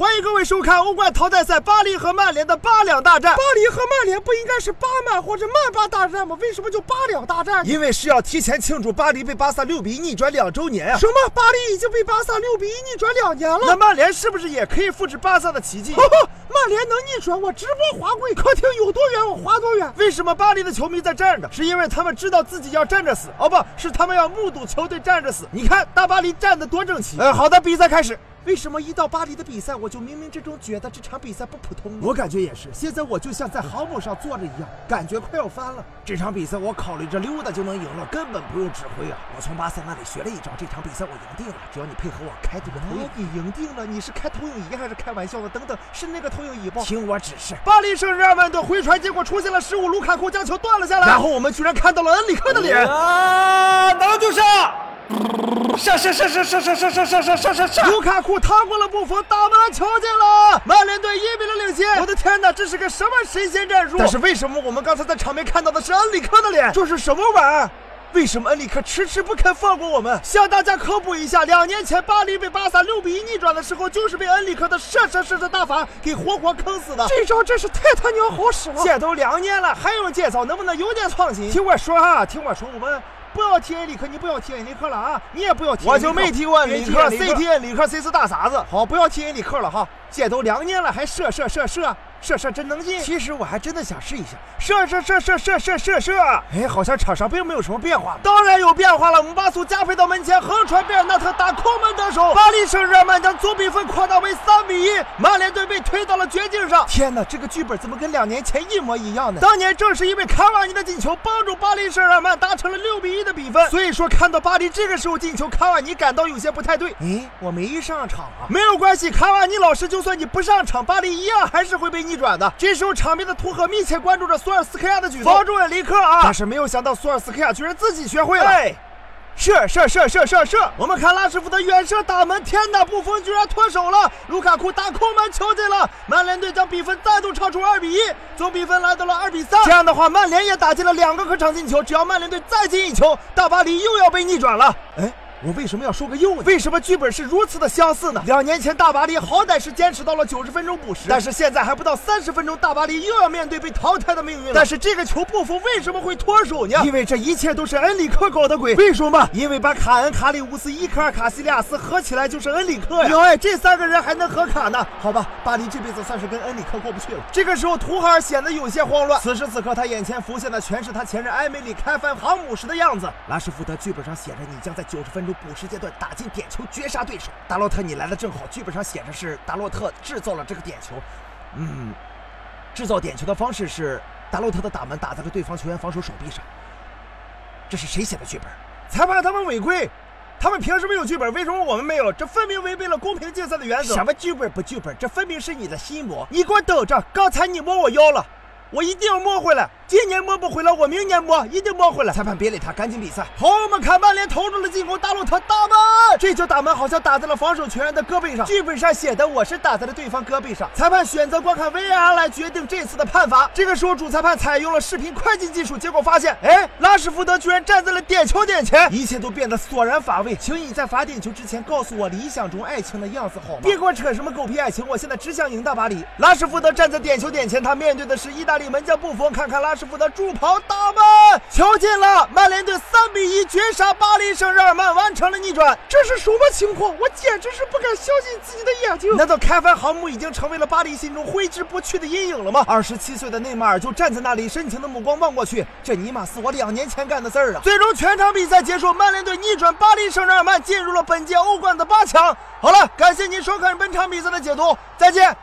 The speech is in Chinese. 欢迎各位收看欧冠淘汰赛巴黎和曼联的八两大战。巴黎和曼联不应该是巴曼或者曼巴大战吗？为什么就八两大战？因为是要提前庆祝巴黎被巴萨六比一逆转两周年啊！什么？巴黎已经被巴萨六比一逆转两年了？那曼联是不是也可以复制巴萨的奇迹？哈哈，曼联能逆转，我直播滑跪，客厅有多远我滑多远。为什么巴黎的球迷在站着？是因为他们知道自己要站着死，哦不是他们要目睹球队站着死。你看大巴黎站得多整齐。呃，好的，比赛开始。为什么一到巴黎的比赛，我就冥冥之中觉得这场比赛不普通呢？我感觉也是，现在我就像在航母上坐着一样，感觉快要翻了。这场比赛我考虑着溜达就能赢了，根本不用指挥啊！我从巴萨那里学了一招，这场比赛我赢定了。只要你配合我开这个投影、哦，你赢定了？你是开投影仪还是开玩笑的？等等，是那个投影仪不？听我指示。巴黎圣日耳曼的回传，结果出现了失误，卢卡库将球断了下来，然后我们居然看到了恩里哎克的脸。啊，拿就上！上上上上上上上上上上上上！卢卡库趟过了布冯，打门球进了，曼联队一比零领先。我的天哪，这是个什么神仙战术？但是为什么我们刚才在场边看到的是恩里克的脸？这是什么玩意儿？为什么恩里克迟迟不肯放过我们？向大家科普一下，两年前巴黎被巴萨六比一逆转的时候，就是被恩里克的射射射射大法给活活坑死的。这招真是太他娘好使了！这都两年了，还用这招，能不能有点创新？听我说啊，听我说，我们。不要提恩里克，你不要提恩里克了啊！你也不要提，我就没提过恩里克，C 提恩里克，C 是大傻子。好，不要提恩里克了哈，这都两年了，还射射射射射射真能进。其实我还真的想试一下射射射射射射射射。哎，好像场上并没有什么变化。当然有变化了，姆巴苏加配到门前，横传贝尔纳特打空门得手，巴黎圣日耳曼将总比分扩大为三比一，曼联队被推到了绝境上。天哪，这个剧本怎么跟两年前一模一样呢？当年正是因为卡瓦尼的进球，帮助巴黎圣日耳曼达成了六比一。的比分，所以说看到巴黎这个时候进球，卡瓦尼感到有些不太对。咦，我没上场啊，没有关系，卡瓦尼老师就算你不上场，巴黎一样还是会被逆转的。这时候场边的图赫密切关注着索尔斯克亚的举动，防住了林克啊，但是没有想到索尔斯克亚居然自己学会了。哎射射射射射射！我们看拉什福德远射打门，天哪，布冯居然脱手了！卢卡库打空门球进了，曼联队将比分再度超出二比一，总比分来到了二比三。这样的话，曼联也打进了两个客场进球，只要曼联队再进一球，大巴黎又要被逆转了。哎。我为什么要说个又呢？为什么剧本是如此的相似呢？两年前大巴黎好歹是坚持到了九十分钟补时，但是现在还不到三十分钟，大巴黎又要面对被淘汰的命运了。但是这个球布冯为什么会脱手呢？因为这一切都是恩里克搞的鬼。为什么？因为把卡恩、卡里乌斯、伊科尔、卡西利亚斯合起来就是恩里克呀！哟哎，这三个人还能合卡呢？好吧，巴黎这辈子算是跟恩里克过不去了。这个时候，图哈尔显得有些慌乱。此时此刻，他眼前浮现的全是他前任埃梅里开翻航母时的样子。拉什福德剧本上写着，你将在九十分钟。补时阶段打进点球绝杀对手，达洛特你来的正好，剧本上写着是达洛特制造了这个点球，嗯，制造点球的方式是达洛特的打门打在了对方球员防守手臂上，这是谁写的剧本？裁判他们违规，他们凭什么有剧本？为什么我们没有？这分明违背了公平竞赛的原则。什么剧本不剧本？这分明是你的心魔！你给我等着，刚才你摸我腰了。我一定要摸回来，今年摸不回来，我明年摸，一定摸回来。裁判别理他，赶紧比赛。好，我们看曼联投入了进攻，大洛特大门，这球打门好像打在了防守球员的胳膊上。剧本上写的我是打在了对方胳膊上。裁判选择观看 VR 来决定这次的判罚。这个时候主裁判采用了视频快进技术，结果发现，哎，拉什福德居然站在了点球点前，一切都变得索然乏味。请你在罚点球之前告诉我理想中爱情的样子好吗？别给我扯什么狗屁爱情，我现在只想赢大巴黎。拉什福德站在点球点前，他面对的是意大利。里门将布冯看看拉什福德助跑打门，球进了！曼联队三比一绝杀巴黎圣日耳曼，完成了逆转。这是什么情况？我简直是不敢相信自己的眼睛！难道开帆航母已经成为了巴黎心中挥之不去的阴影了吗？二十七岁的内马尔就站在那里，深情的目光望过去，这尼玛是我两年前干的事儿啊！最终全场比赛结束，曼联队逆转巴黎圣日耳曼，进入了本届欧冠的八强。好了，感谢您收看本场比赛的解读，再见。